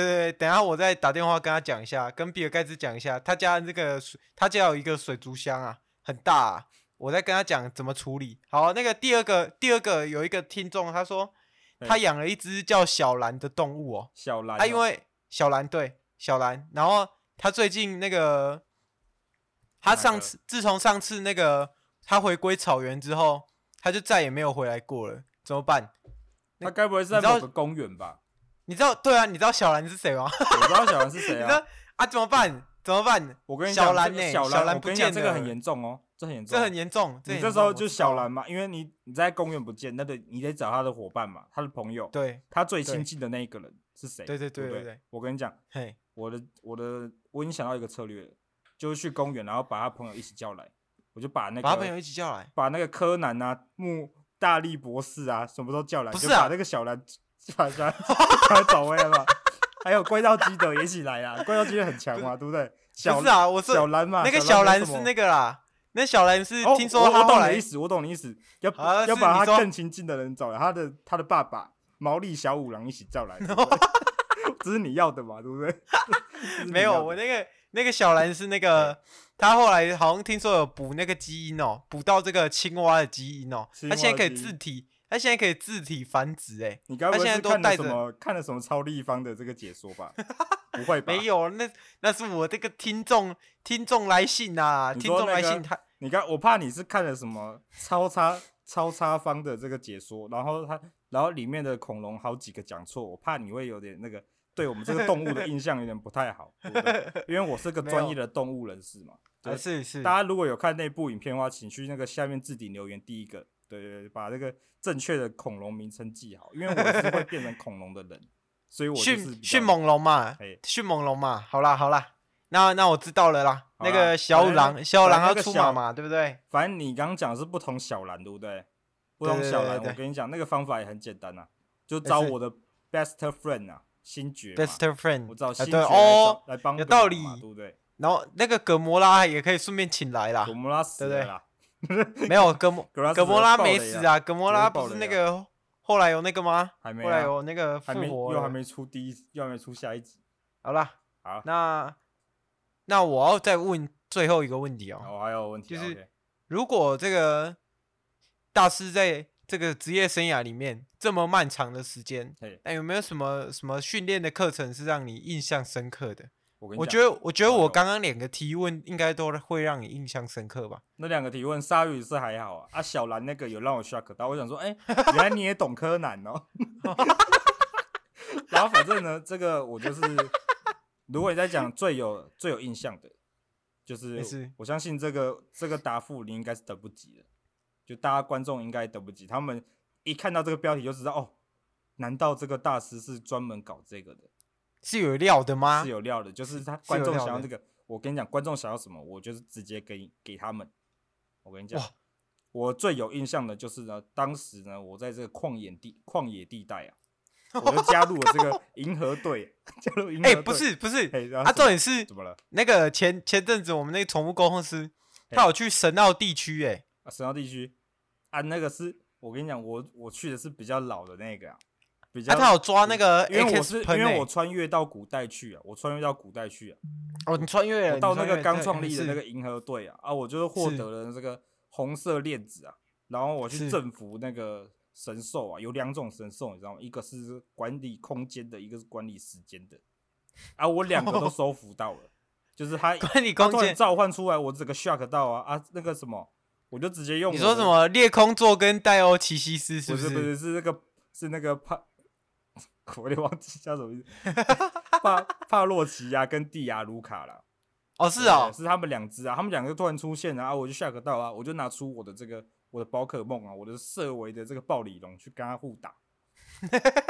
[SPEAKER 1] 对对对，等一下我再打电话跟他讲一下，跟比尔盖茨讲一下，他家这个水，他家有一个水族箱啊，很大、啊，我再跟他讲怎么处理。好，那个第二个第二个有一个听众他说他
[SPEAKER 2] 嗯
[SPEAKER 1] 养了一只叫小蓝的动物哦，
[SPEAKER 2] 小蓝
[SPEAKER 1] 他、因
[SPEAKER 2] 哦
[SPEAKER 1] 为小蓝对小蓝，然后他最近那个他
[SPEAKER 2] 哪
[SPEAKER 1] 上
[SPEAKER 2] 个
[SPEAKER 1] 次自从上次那个他回归草原之后，他就再也没有回来过了，怎么办？
[SPEAKER 2] 他该不会是
[SPEAKER 1] 你
[SPEAKER 2] 在
[SPEAKER 1] 知道
[SPEAKER 2] 某个公园吧？
[SPEAKER 1] 你知道对啊，你知道小蓝是谁吗？
[SPEAKER 2] 我知道小兰是谁
[SPEAKER 1] 你知
[SPEAKER 2] 啊
[SPEAKER 1] 道？啊，怎么办？怎么办？
[SPEAKER 2] 我跟你
[SPEAKER 1] 小
[SPEAKER 2] 讲，
[SPEAKER 1] 兰
[SPEAKER 2] 这个
[SPEAKER 1] 呢
[SPEAKER 2] 小
[SPEAKER 1] 小兰
[SPEAKER 2] 兰，我
[SPEAKER 1] 不
[SPEAKER 2] 跟你讲，
[SPEAKER 1] 见
[SPEAKER 2] 这个
[SPEAKER 1] 了
[SPEAKER 2] 很严重哦，这很严重，
[SPEAKER 1] 这很。严重。
[SPEAKER 2] 你
[SPEAKER 1] 很
[SPEAKER 2] 这
[SPEAKER 1] 严
[SPEAKER 2] 时候
[SPEAKER 1] 重
[SPEAKER 2] 就
[SPEAKER 1] 我知
[SPEAKER 2] 小
[SPEAKER 1] 道
[SPEAKER 2] 兰嘛，因为你你在公园不见，那得你得找他的伙伴嘛，他的朋友，
[SPEAKER 1] 对，
[SPEAKER 2] 他最
[SPEAKER 1] 对
[SPEAKER 2] 亲近的那一个人是谁？
[SPEAKER 1] 对对对
[SPEAKER 2] 对不
[SPEAKER 1] 对
[SPEAKER 2] 对
[SPEAKER 1] 对
[SPEAKER 2] 我跟你讲，
[SPEAKER 1] 嘿，
[SPEAKER 2] 我的我的我已经想到一个策略了，就是去公园，然后把他朋友一起叫来，我就把那
[SPEAKER 1] 把他朋友
[SPEAKER 2] 个
[SPEAKER 1] 一起叫来。
[SPEAKER 2] 把那个柯南啊、木大力博士啊，什么都叫来，
[SPEAKER 1] 不
[SPEAKER 2] 就是
[SPEAKER 1] 啊
[SPEAKER 2] 把那个小兰把小兰 把他找回来嘛。还有怪盗基德也一起来啦，怪盗基德很强嘛，对不对？小
[SPEAKER 1] 不是啊，我是
[SPEAKER 2] 小兰嘛，
[SPEAKER 1] 那个小兰
[SPEAKER 2] 兰没什
[SPEAKER 1] 是
[SPEAKER 2] 么
[SPEAKER 1] 那个啦，那小兰是
[SPEAKER 2] 哦
[SPEAKER 1] 听说
[SPEAKER 2] 我
[SPEAKER 1] 他
[SPEAKER 2] 我
[SPEAKER 1] 后
[SPEAKER 2] 懂你的
[SPEAKER 1] 来
[SPEAKER 2] 意思，我懂你的意思，要
[SPEAKER 1] 好啊像是
[SPEAKER 2] 要把
[SPEAKER 1] 你
[SPEAKER 2] 他
[SPEAKER 1] 说
[SPEAKER 2] 更亲近的人找来，他的他的爸爸毛利小五郎一起叫 来，对不对这是你要的嘛，对不对？这是你
[SPEAKER 1] 没
[SPEAKER 2] 要
[SPEAKER 1] 有，
[SPEAKER 2] 的
[SPEAKER 1] 我那个那个小兰是那个他后来好像听说有补那个基因哦，补到这个青蛙的基因哦，
[SPEAKER 2] 青
[SPEAKER 1] 它现在可以
[SPEAKER 2] 蛙基因
[SPEAKER 1] 自体，它现在可以自体繁殖哎，
[SPEAKER 2] 你该不
[SPEAKER 1] 他
[SPEAKER 2] 会
[SPEAKER 1] 现在
[SPEAKER 2] 是
[SPEAKER 1] 都
[SPEAKER 2] 看了
[SPEAKER 1] 带
[SPEAKER 2] 什
[SPEAKER 1] 着
[SPEAKER 2] 么看了什么超立方的这个解说 吧？不会吧？
[SPEAKER 1] 没有，那那是我这个听众听众来信啊，
[SPEAKER 2] 你
[SPEAKER 1] 听
[SPEAKER 2] 说
[SPEAKER 1] 众
[SPEAKER 2] 那
[SPEAKER 1] 来
[SPEAKER 2] 个
[SPEAKER 1] 信他
[SPEAKER 2] 你看，我怕你是看了什么超差超差方的这个解说，然后他，然后里面的恐龙好几个讲错，我怕你会有点那个对我们这个动物的印象有点不太好，对不对？因为我是个
[SPEAKER 1] 没
[SPEAKER 2] 专
[SPEAKER 1] 有
[SPEAKER 2] 业的动物人士嘛。对
[SPEAKER 1] 啊是是，
[SPEAKER 2] 大家如果有看那部影片的话，请去那个下面置顶留言第一个，对对对，把这个正确的恐龙名称记好，因为我是会变成恐龙的人，所以我就是
[SPEAKER 1] 迅
[SPEAKER 2] 比较
[SPEAKER 1] 迅猛龙嘛
[SPEAKER 2] 哎，
[SPEAKER 1] 迅猛龙嘛，好啦好啦，那那我知道了啦，
[SPEAKER 2] 好
[SPEAKER 1] 那
[SPEAKER 2] 啦
[SPEAKER 1] 个小五
[SPEAKER 2] 反正那
[SPEAKER 1] 郎小五
[SPEAKER 2] 反
[SPEAKER 1] 郎
[SPEAKER 2] 正
[SPEAKER 1] 要
[SPEAKER 2] 那个
[SPEAKER 1] 出马
[SPEAKER 2] 小
[SPEAKER 1] 嘛，对不对？
[SPEAKER 2] 反正你刚刚讲的是不同小蓝，对不对？不同
[SPEAKER 1] 对对
[SPEAKER 2] 小
[SPEAKER 1] 对
[SPEAKER 2] 蓝，
[SPEAKER 1] 对
[SPEAKER 2] 我跟你讲，那个方法也很简单啊，就找
[SPEAKER 1] 是
[SPEAKER 2] 我的 best friend 啊，星爵嘛
[SPEAKER 1] Best friend，
[SPEAKER 2] 我找
[SPEAKER 1] 啊
[SPEAKER 2] 星爵
[SPEAKER 1] 对
[SPEAKER 2] 来
[SPEAKER 1] 哦
[SPEAKER 2] 找，来帮
[SPEAKER 1] 有
[SPEAKER 2] 个
[SPEAKER 1] 道
[SPEAKER 2] 忙
[SPEAKER 1] 理
[SPEAKER 2] 嘛对不对？
[SPEAKER 1] 然后那个葛摩拉也可以顺便请来啦
[SPEAKER 2] 我，们拉死
[SPEAKER 1] 对
[SPEAKER 2] 了
[SPEAKER 1] 不对
[SPEAKER 2] 啦，
[SPEAKER 1] 没有葛摩
[SPEAKER 2] 格拉斯
[SPEAKER 1] 葛摩拉
[SPEAKER 2] 爆
[SPEAKER 1] 没
[SPEAKER 2] 雷
[SPEAKER 1] 死
[SPEAKER 2] 啊，
[SPEAKER 1] 啊，葛摩
[SPEAKER 2] 直接
[SPEAKER 1] 拉
[SPEAKER 2] 爆
[SPEAKER 1] 不是
[SPEAKER 2] 雷
[SPEAKER 1] 那
[SPEAKER 2] 啊
[SPEAKER 1] 个后来有那个吗？
[SPEAKER 2] 还没
[SPEAKER 1] 后来
[SPEAKER 2] 啊，
[SPEAKER 1] 有那个复
[SPEAKER 2] 还没
[SPEAKER 1] 活
[SPEAKER 2] 又还
[SPEAKER 1] 了。
[SPEAKER 2] 没出第一，又还没出下一集，
[SPEAKER 1] 好啦，
[SPEAKER 2] 好
[SPEAKER 1] 那那我要再问最后一个问题哦，
[SPEAKER 2] 哦，还有问题啊
[SPEAKER 1] 就是
[SPEAKER 2] OK
[SPEAKER 1] 如果这个大师在这个职业生涯里面这么漫长的时间
[SPEAKER 2] 嘿，
[SPEAKER 1] 那有没有什么什么训练的课程是让你印象深刻的？
[SPEAKER 2] 我跟你
[SPEAKER 1] 我
[SPEAKER 2] 讲
[SPEAKER 1] 觉得，我觉得
[SPEAKER 2] 哦
[SPEAKER 1] 我
[SPEAKER 2] 有
[SPEAKER 1] 刚刚两个提问应该都会让你印象深刻吧？
[SPEAKER 2] 那两个提问，鲨鱼是 还好啊，啊小蓝那个有让我 shock 到，我想说，哎、原来你也懂柯 南哦。然后反正呢，这个我就是，如果你在讲最有最有印象的，就
[SPEAKER 1] 没
[SPEAKER 2] 是
[SPEAKER 1] 事
[SPEAKER 2] 我相信这个这个答复你应该是等不及的，就大家观众应该等不及，他们一看到这个标题就知道哦，难道这个大师是专门搞这个的？
[SPEAKER 1] 是有料的吗？
[SPEAKER 2] 是有料的，就是他
[SPEAKER 1] 啊是
[SPEAKER 2] 观
[SPEAKER 1] 有
[SPEAKER 2] 众
[SPEAKER 1] 料
[SPEAKER 2] 想要
[SPEAKER 1] 的
[SPEAKER 2] 这个，我跟你讲，观众想要什么，我就是直接给给他们。我跟你讲
[SPEAKER 1] 哇，
[SPEAKER 2] 我最有印象的就是呢，当时呢，我在这个旷野地旷野地带啊，我就加入了这 个银河队，加入银河
[SPEAKER 1] 哎、
[SPEAKER 2] 队。
[SPEAKER 1] 不，是不是，
[SPEAKER 2] 哎，然后
[SPEAKER 1] 啊，
[SPEAKER 2] 怎么
[SPEAKER 1] 重点是
[SPEAKER 2] 怎么了？
[SPEAKER 1] 那个前前阵子我们那个宠物公司，
[SPEAKER 2] 嘿
[SPEAKER 1] 他有去神奥地区、哎，
[SPEAKER 2] 啊，神奥地区啊，那个是我跟你讲，我我去的是比较老的那个啊，比较
[SPEAKER 1] 啊，。他有抓那个
[SPEAKER 2] 因为
[SPEAKER 1] X
[SPEAKER 2] 我是因
[SPEAKER 1] 喷、
[SPEAKER 2] 为
[SPEAKER 1] 哎
[SPEAKER 2] 我穿越到古代去啊，我穿越到古代去啊，
[SPEAKER 1] 哦，你穿越了，
[SPEAKER 2] 我
[SPEAKER 1] 你
[SPEAKER 2] 到那
[SPEAKER 1] 穿
[SPEAKER 2] 个
[SPEAKER 1] 越
[SPEAKER 2] 刚
[SPEAKER 1] 对
[SPEAKER 2] 创立的
[SPEAKER 1] 是
[SPEAKER 2] 那个银河队啊，啊，我就是获
[SPEAKER 1] 是
[SPEAKER 2] 得了这个红色链子啊，然后我
[SPEAKER 1] 是
[SPEAKER 2] 去征服那个神兽啊，有两种神兽，你知道吗？一个是管理空间的，一个是管理时间的，啊，我两个都收服到了，就是他
[SPEAKER 1] 哦 管理
[SPEAKER 2] 他
[SPEAKER 1] 空
[SPEAKER 2] 突然
[SPEAKER 1] 间。
[SPEAKER 2] 召唤出来，我整个 shock 到啊啊，那个什么，我就直接用
[SPEAKER 1] 你
[SPEAKER 2] 我
[SPEAKER 1] 说
[SPEAKER 2] 的
[SPEAKER 1] 什？么？裂空座跟戴欧奇西斯是
[SPEAKER 2] 不
[SPEAKER 1] 是？
[SPEAKER 2] 是不是是那个是那个帕， 我有点忘记叫什么名字， 帕帕洛奇亚跟蒂亚卢卡啦。
[SPEAKER 1] 哦，是
[SPEAKER 2] 对
[SPEAKER 1] 哦，
[SPEAKER 2] 是他们两只啊，他们两个突然出现啊，然后我就下个到啊，我就拿出我的这个我的宝可梦啊，我的色违的这个暴鲤龙去跟他互 打，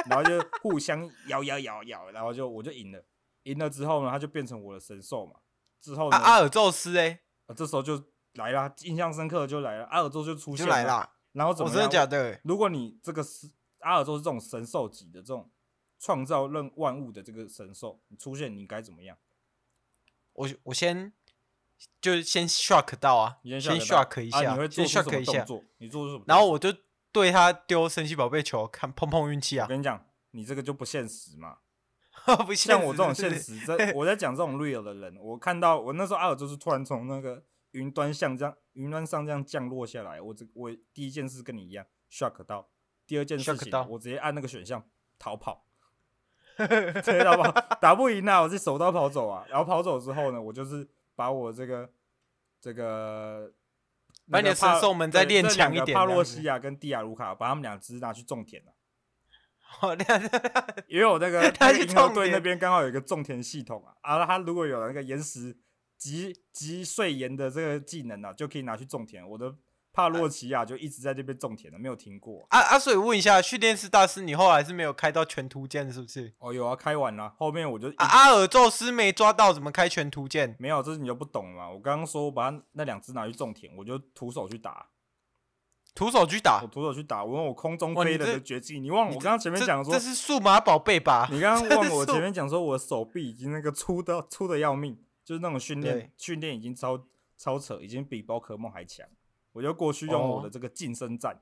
[SPEAKER 2] 然后就互相咬咬咬咬，然后就我就赢了，赢了之后呢，他就变成我的神兽嘛，之后呢，
[SPEAKER 1] 啊，阿尔宙斯哎、
[SPEAKER 2] 呃这时候就来啦，印象深刻的就来了，阿尔宙就出
[SPEAKER 1] 就
[SPEAKER 2] 现
[SPEAKER 1] 来
[SPEAKER 2] 了，
[SPEAKER 1] 啦！
[SPEAKER 2] 然后啊怎
[SPEAKER 1] 我
[SPEAKER 2] 么
[SPEAKER 1] 真的
[SPEAKER 2] 样
[SPEAKER 1] 假的？
[SPEAKER 2] 如果你这个是阿尔宙是这种神兽级的这种创造任万物的这个神兽，你出现你该怎么样？
[SPEAKER 1] 我我先就先 shock 到啊，
[SPEAKER 2] 你先
[SPEAKER 1] 先
[SPEAKER 2] shock
[SPEAKER 1] shock 一
[SPEAKER 2] 啊、
[SPEAKER 1] 下，
[SPEAKER 2] 你会做
[SPEAKER 1] 先
[SPEAKER 2] 出什
[SPEAKER 1] shock
[SPEAKER 2] 么
[SPEAKER 1] 一
[SPEAKER 2] 动
[SPEAKER 1] 下，
[SPEAKER 2] 作？你做出什么动作？
[SPEAKER 1] 然后我就对他丢神奇宝贝球，看碰碰运气
[SPEAKER 2] 我
[SPEAKER 1] 啊，
[SPEAKER 2] 跟你讲，你这个就不现实嘛。
[SPEAKER 1] 不
[SPEAKER 2] 像我这种
[SPEAKER 1] 现
[SPEAKER 2] 现
[SPEAKER 1] 实 是
[SPEAKER 2] 实，这我在讲这种 real 的人，我看到我那时候阿尔就是突然从那个云端像这样云端上这样降落下来，我这我第一件事跟你一样 shock 到，第二件事
[SPEAKER 1] shock
[SPEAKER 2] 情
[SPEAKER 1] 到
[SPEAKER 2] 我直接按那个选项逃跑，直接逃跑，打不赢啊，我是手刀跑走啊，然后跑走之后呢，我就是把我这个这个。
[SPEAKER 1] 把你的
[SPEAKER 2] 那个帕
[SPEAKER 1] 神兽们再
[SPEAKER 2] 对
[SPEAKER 1] 练
[SPEAKER 2] 这两
[SPEAKER 1] 强一
[SPEAKER 2] 个
[SPEAKER 1] 点
[SPEAKER 2] 帕
[SPEAKER 1] 这
[SPEAKER 2] 洛
[SPEAKER 1] 样子
[SPEAKER 2] 西亚跟蒂亚卢卡，把他们两只拿去种田了。
[SPEAKER 1] 不是，
[SPEAKER 2] 因为我那个
[SPEAKER 1] 他
[SPEAKER 2] 那
[SPEAKER 1] 去
[SPEAKER 2] 个银河
[SPEAKER 1] 种
[SPEAKER 2] 队那
[SPEAKER 1] 田
[SPEAKER 2] 边刚好有一个种田系统啊，啊，他如果有那个岩石集集碎岩的这个技能啊，就可以拿去种田。我的帕洛奇啊亚就一直在这边种田的，没有停过。
[SPEAKER 1] 啊啊！所以问一下，训练师大师，你后来是没有开到全图鉴是不是？
[SPEAKER 2] 哦，有啊，开完了，后面我就一
[SPEAKER 1] 啊，阿尔宙斯没抓到，怎么开全图鉴？
[SPEAKER 2] 没有，这你就不懂了嘛。我刚刚说我把它那两只拿去种田，我就徒手去打，
[SPEAKER 1] 徒手去打
[SPEAKER 2] 我，徒手去打，我用我空中
[SPEAKER 1] 哇你
[SPEAKER 2] 飞人
[SPEAKER 1] 这
[SPEAKER 2] 的绝技。你忘了我刚刚前面
[SPEAKER 1] 这
[SPEAKER 2] 讲说
[SPEAKER 1] 这，是数码宝贝吧？
[SPEAKER 2] 你刚刚忘了我
[SPEAKER 1] 这是
[SPEAKER 2] 前面讲说我的手臂已经那个粗到粗的要命，就是那种训
[SPEAKER 1] 对
[SPEAKER 2] 练训练已经超超扯，已经比宝可梦还强。我就过去用我的这个近身战，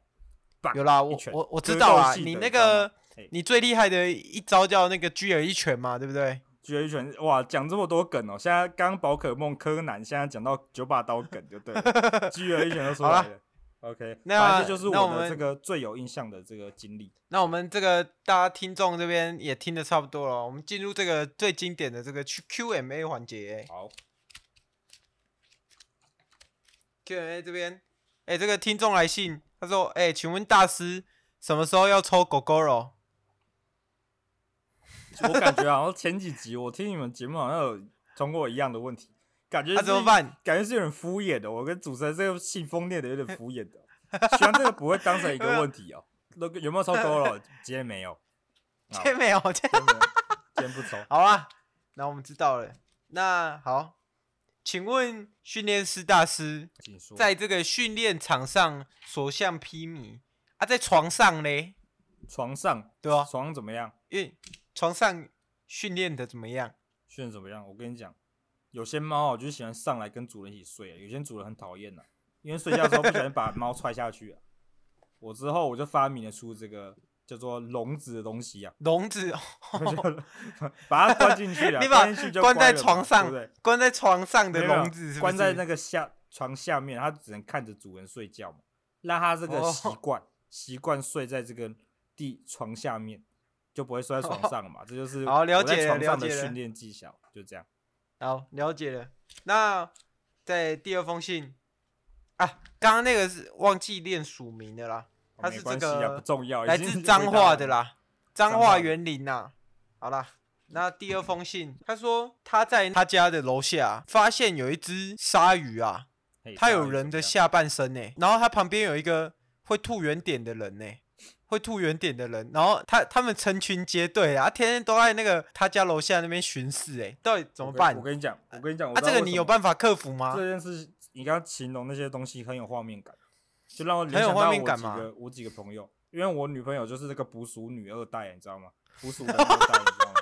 [SPEAKER 2] 棒
[SPEAKER 1] 哦有啦，
[SPEAKER 2] 一
[SPEAKER 1] 我
[SPEAKER 2] 拳
[SPEAKER 1] 我我
[SPEAKER 2] 格
[SPEAKER 1] 知道
[SPEAKER 2] 斗
[SPEAKER 1] 啦，
[SPEAKER 2] 系的
[SPEAKER 1] 你
[SPEAKER 2] 你
[SPEAKER 1] 那
[SPEAKER 2] 知道吗
[SPEAKER 1] 个
[SPEAKER 2] 嘿
[SPEAKER 1] 你最厉害的一招叫那个巨耳一拳嘛，对不对？
[SPEAKER 2] 绝拳哇，讲这么多梗哦、现在刚宝可梦柯南，现在讲到九把刀梗就 对了，巨人一拳就出来
[SPEAKER 1] 好
[SPEAKER 2] 了。OK，
[SPEAKER 1] 那
[SPEAKER 2] 反正这就是
[SPEAKER 1] 那我
[SPEAKER 2] 我的
[SPEAKER 1] 们
[SPEAKER 2] 这个最有印象的这个经历。
[SPEAKER 1] 那我们这个大家听众这边也听的差不多了，我们进入这个最经典的这个 Q Q&A 环节。
[SPEAKER 2] 好，
[SPEAKER 1] Q&A 这边，哎、这个听众来信，他说，哎、请问大师什么时候要抽狗狗肉？
[SPEAKER 2] 我感觉好像前几集我听你们节目好像有通过一样的问题，感觉
[SPEAKER 1] 那、
[SPEAKER 2] 是
[SPEAKER 1] 啊怎么办？
[SPEAKER 2] 感觉是有点敷衍的。我跟主持人这个信封念的有点敷衍的，希望这个不会当成一个问题哦、那个有没有抽勾 了？今天没有，好
[SPEAKER 1] 这没有，这
[SPEAKER 2] 今天没有，今天不抽。
[SPEAKER 1] 好啊。那我们知道了。那好，请问训练师大师，
[SPEAKER 2] 请说。
[SPEAKER 1] 在这个训练场上所向披靡啊，在床上嘞，
[SPEAKER 2] 床上，
[SPEAKER 1] 对吧、
[SPEAKER 2] 床上怎么样？
[SPEAKER 1] 因为床上训练的怎么样？
[SPEAKER 2] 训得怎么样？我跟你讲，有些猫啊，就是喜欢上来跟主人一起睡啊，有些主人很讨厌的，因为睡觉的时候不小心把猫踹下去啊。我之后我就发明了出这个叫做笼子的东西啊，
[SPEAKER 1] 笼子 哦
[SPEAKER 2] 我就把它关进去了，
[SPEAKER 1] 你把
[SPEAKER 2] 关进去就
[SPEAKER 1] 关在
[SPEAKER 2] 乖了嘛
[SPEAKER 1] 床上
[SPEAKER 2] 对不对？
[SPEAKER 1] 关在床上的
[SPEAKER 2] 没有
[SPEAKER 1] 笼子是不是，
[SPEAKER 2] 关在那个下床下面，它只能看着主人睡觉嘛，让它这个
[SPEAKER 1] 哦
[SPEAKER 2] 习惯习惯睡在这个地床下面，就不会睡在床 上了嘛。这就是
[SPEAKER 1] 好了
[SPEAKER 2] 我在
[SPEAKER 1] 解了
[SPEAKER 2] 床上
[SPEAKER 1] 了
[SPEAKER 2] 的
[SPEAKER 1] 解了
[SPEAKER 2] 训练技巧，就这样。
[SPEAKER 1] 好，了解了。那在第二封信啊，刚刚那个是忘记念署名的啦，
[SPEAKER 2] 哦
[SPEAKER 1] 它
[SPEAKER 2] 没
[SPEAKER 1] 是这
[SPEAKER 2] 关系啊
[SPEAKER 1] 个
[SPEAKER 2] 不重要，已
[SPEAKER 1] 来
[SPEAKER 2] 经
[SPEAKER 1] 自
[SPEAKER 2] 回
[SPEAKER 1] 彰
[SPEAKER 2] 答
[SPEAKER 1] 化
[SPEAKER 2] 完
[SPEAKER 1] 的
[SPEAKER 2] 了。
[SPEAKER 1] 啦，彰
[SPEAKER 2] 彰
[SPEAKER 1] 化
[SPEAKER 2] 化
[SPEAKER 1] 园林呐、好啦，那第二封信，他说他在他家的楼下发现有一只鲨鱼啊，
[SPEAKER 2] 嘿
[SPEAKER 1] 它
[SPEAKER 2] 到
[SPEAKER 1] 有
[SPEAKER 2] 底
[SPEAKER 1] 人
[SPEAKER 2] 怎
[SPEAKER 1] 的
[SPEAKER 2] 么样
[SPEAKER 1] 下半身呢、欸然后它旁边有一个会吐圆点的人呢、会吐圆点的人，然后他他们成群结队啊，天天都在那个他家楼下那边巡视、欸，到底怎么
[SPEAKER 2] 我跟
[SPEAKER 1] 办
[SPEAKER 2] 我？跟你讲，我跟你讲，我
[SPEAKER 1] 啊，
[SPEAKER 2] 知
[SPEAKER 1] 这
[SPEAKER 2] 道
[SPEAKER 1] 个
[SPEAKER 2] 为
[SPEAKER 1] 你
[SPEAKER 2] 什
[SPEAKER 1] 有
[SPEAKER 2] 么
[SPEAKER 1] 办法克服吗？
[SPEAKER 2] 这件事，你刚刚形容那些东西很有画面感，就让我
[SPEAKER 1] 很
[SPEAKER 2] 联
[SPEAKER 1] 有
[SPEAKER 2] 想
[SPEAKER 1] 画
[SPEAKER 2] 到
[SPEAKER 1] 面
[SPEAKER 2] 我
[SPEAKER 1] 感
[SPEAKER 2] 几
[SPEAKER 1] 嘛
[SPEAKER 2] 个我几个朋友，因为我女朋友就是这个捕鼠女二代，你知道 吗？捕鼠的二代，你知道吗？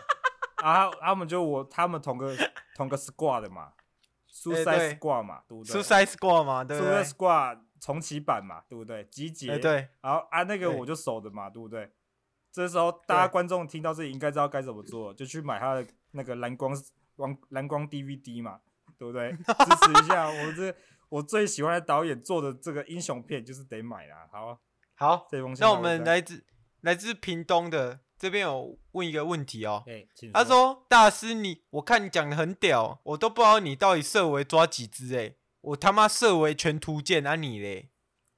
[SPEAKER 2] 啊，他们就我他们 同个同个 squad 的嘛
[SPEAKER 1] 哎对
[SPEAKER 2] ，Suicide Squad 嘛，对不对
[SPEAKER 1] Suicide Squad 嘛，对不对？
[SPEAKER 2] Suicide Squad 重启版嘛，对不对？集
[SPEAKER 1] 哎
[SPEAKER 2] 结，
[SPEAKER 1] 对，
[SPEAKER 2] 然后啊那
[SPEAKER 1] 对
[SPEAKER 2] 个我就守的嘛，对不对？这时候大家
[SPEAKER 1] 对
[SPEAKER 2] 观众听到这里应该知道该怎么做，就去买他的那个蓝光蓝蓝光 DVD 嘛，对不对？支持一下我这我最喜欢的导演做的这个英雄片，就是得买啦。好，
[SPEAKER 1] 好，
[SPEAKER 2] 这封信
[SPEAKER 1] 那我
[SPEAKER 2] 到
[SPEAKER 1] 们
[SPEAKER 2] 这儿，
[SPEAKER 1] 来自来自屏东的这边有问一个问题哦，
[SPEAKER 2] 哎，请
[SPEAKER 1] 他说：“大师你，我看你讲的很屌，我都不知道你到底设为抓几只哎，我他妈设为全图鉴啊你嘞！”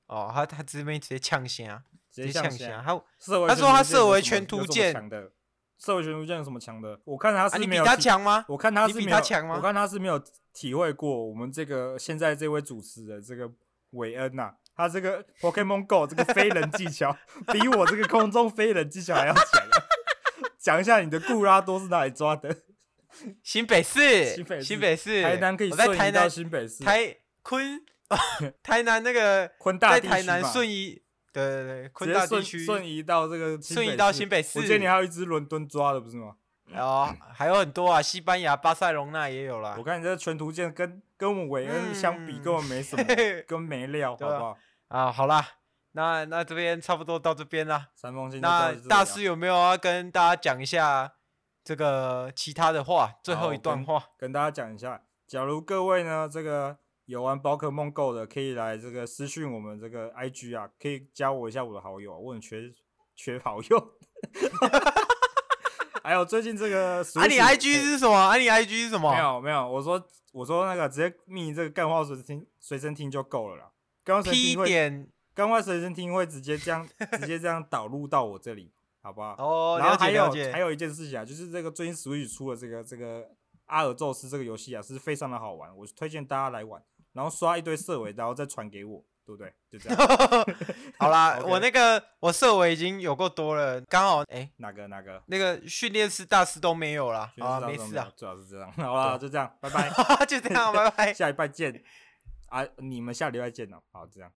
[SPEAKER 1] 哦，他他这边直接呛虾，
[SPEAKER 2] 直接
[SPEAKER 1] 呛
[SPEAKER 2] 呛啊
[SPEAKER 1] 虾，
[SPEAKER 2] 下，
[SPEAKER 1] 他啊
[SPEAKER 2] 社会
[SPEAKER 1] 他说他
[SPEAKER 2] 全
[SPEAKER 1] 社
[SPEAKER 2] 图
[SPEAKER 1] 会全
[SPEAKER 2] 鉴有
[SPEAKER 1] 图鉴
[SPEAKER 2] 什么有什么强的，社会全图鉴有什么强的？我看他
[SPEAKER 1] 啊
[SPEAKER 2] 是
[SPEAKER 1] 你
[SPEAKER 2] 没
[SPEAKER 1] 比
[SPEAKER 2] 有
[SPEAKER 1] 他
[SPEAKER 2] 提
[SPEAKER 1] 强吗？
[SPEAKER 2] 我看他
[SPEAKER 1] 你
[SPEAKER 2] 是
[SPEAKER 1] 比
[SPEAKER 2] 没
[SPEAKER 1] 他
[SPEAKER 2] 有
[SPEAKER 1] 强吗
[SPEAKER 2] 我看他是没有体会过我们这个现在这位主持人这个韦恩呐、啊他这个 Pokemon Go 这个飞人技 巧比我这个空中飞人技巧还要强啊。讲一下你的固拉多是哪里抓的？
[SPEAKER 1] 新北市，
[SPEAKER 2] 新北市
[SPEAKER 1] 新北市，
[SPEAKER 2] 台南可以
[SPEAKER 1] 我在
[SPEAKER 2] 瞬
[SPEAKER 1] 台
[SPEAKER 2] 移到
[SPEAKER 1] 南
[SPEAKER 2] 新北市，
[SPEAKER 1] 台昆 台南那个
[SPEAKER 2] 昆 大
[SPEAKER 1] 在
[SPEAKER 2] 地区
[SPEAKER 1] 台南
[SPEAKER 2] 嘛
[SPEAKER 1] 瞬移，对对对，
[SPEAKER 2] 直
[SPEAKER 1] 昆
[SPEAKER 2] 接
[SPEAKER 1] 大地
[SPEAKER 2] 瞬
[SPEAKER 1] 区
[SPEAKER 2] 瞬移到这个
[SPEAKER 1] 瞬移到新北市
[SPEAKER 2] 我记得你还有一只伦敦抓的不是吗？
[SPEAKER 1] 哦，还有很多啊，西班牙、巴塞隆纳也有啦
[SPEAKER 2] 我。看你这个全图鉴跟跟我们韦恩相比
[SPEAKER 1] 啊嗯
[SPEAKER 2] 根本没什么
[SPEAKER 1] 嘿嘿，
[SPEAKER 2] 跟没料好不
[SPEAKER 1] 对啊
[SPEAKER 2] 好？
[SPEAKER 1] 啊，好啦，那那这边差不多到这边啦。
[SPEAKER 2] 三封信就到
[SPEAKER 1] 那
[SPEAKER 2] 这里啊
[SPEAKER 1] 大师有没有要跟大家讲一下这个其他的话？最后一段话，
[SPEAKER 2] 跟大家讲一下，假如各位呢这个有玩宝可梦 Go 的，可以来这个私讯我们这个 IG 啊，可以加我一下我的好友啊，我很缺缺好友。 还有最近这个 Switch，
[SPEAKER 1] 啊，你 IG
[SPEAKER 2] 哎
[SPEAKER 1] 是什么？啊，你 IG 是什
[SPEAKER 2] 没
[SPEAKER 1] 么
[SPEAKER 2] 有没有，我说我说那个直接密这个干话随身听随身听就够了啦。干话随身
[SPEAKER 1] ？P
[SPEAKER 2] 听会
[SPEAKER 1] 点
[SPEAKER 2] 干话随身听会直接这样直接这样导入到我这里，好不好？
[SPEAKER 1] 哦，
[SPEAKER 2] 然
[SPEAKER 1] 了
[SPEAKER 2] 后还
[SPEAKER 1] 解了
[SPEAKER 2] 有还
[SPEAKER 1] 解。
[SPEAKER 2] 有一件事情啊，就是这个最近 Switch 出了这个这个阿尔宙斯这个游戏啊，是非常的好玩，我推荐大家来玩，然后刷一堆色尾，然后再传给我，对不对？就这 样，
[SPEAKER 1] 好 啦，
[SPEAKER 2] OK
[SPEAKER 1] 我那个我设为已经有够多了，刚好哎，
[SPEAKER 2] 哪个哪个？
[SPEAKER 1] 那个训练师大师都没有啦。
[SPEAKER 2] 全
[SPEAKER 1] 啊，
[SPEAKER 2] 是
[SPEAKER 1] 没
[SPEAKER 2] 这样
[SPEAKER 1] 事啊，
[SPEAKER 2] 最好是这样。好啦， 就这样，拜拜，
[SPEAKER 1] 就这样，拜拜。
[SPEAKER 2] 下礼拜见啊！你们下礼拜见哦。好，这样。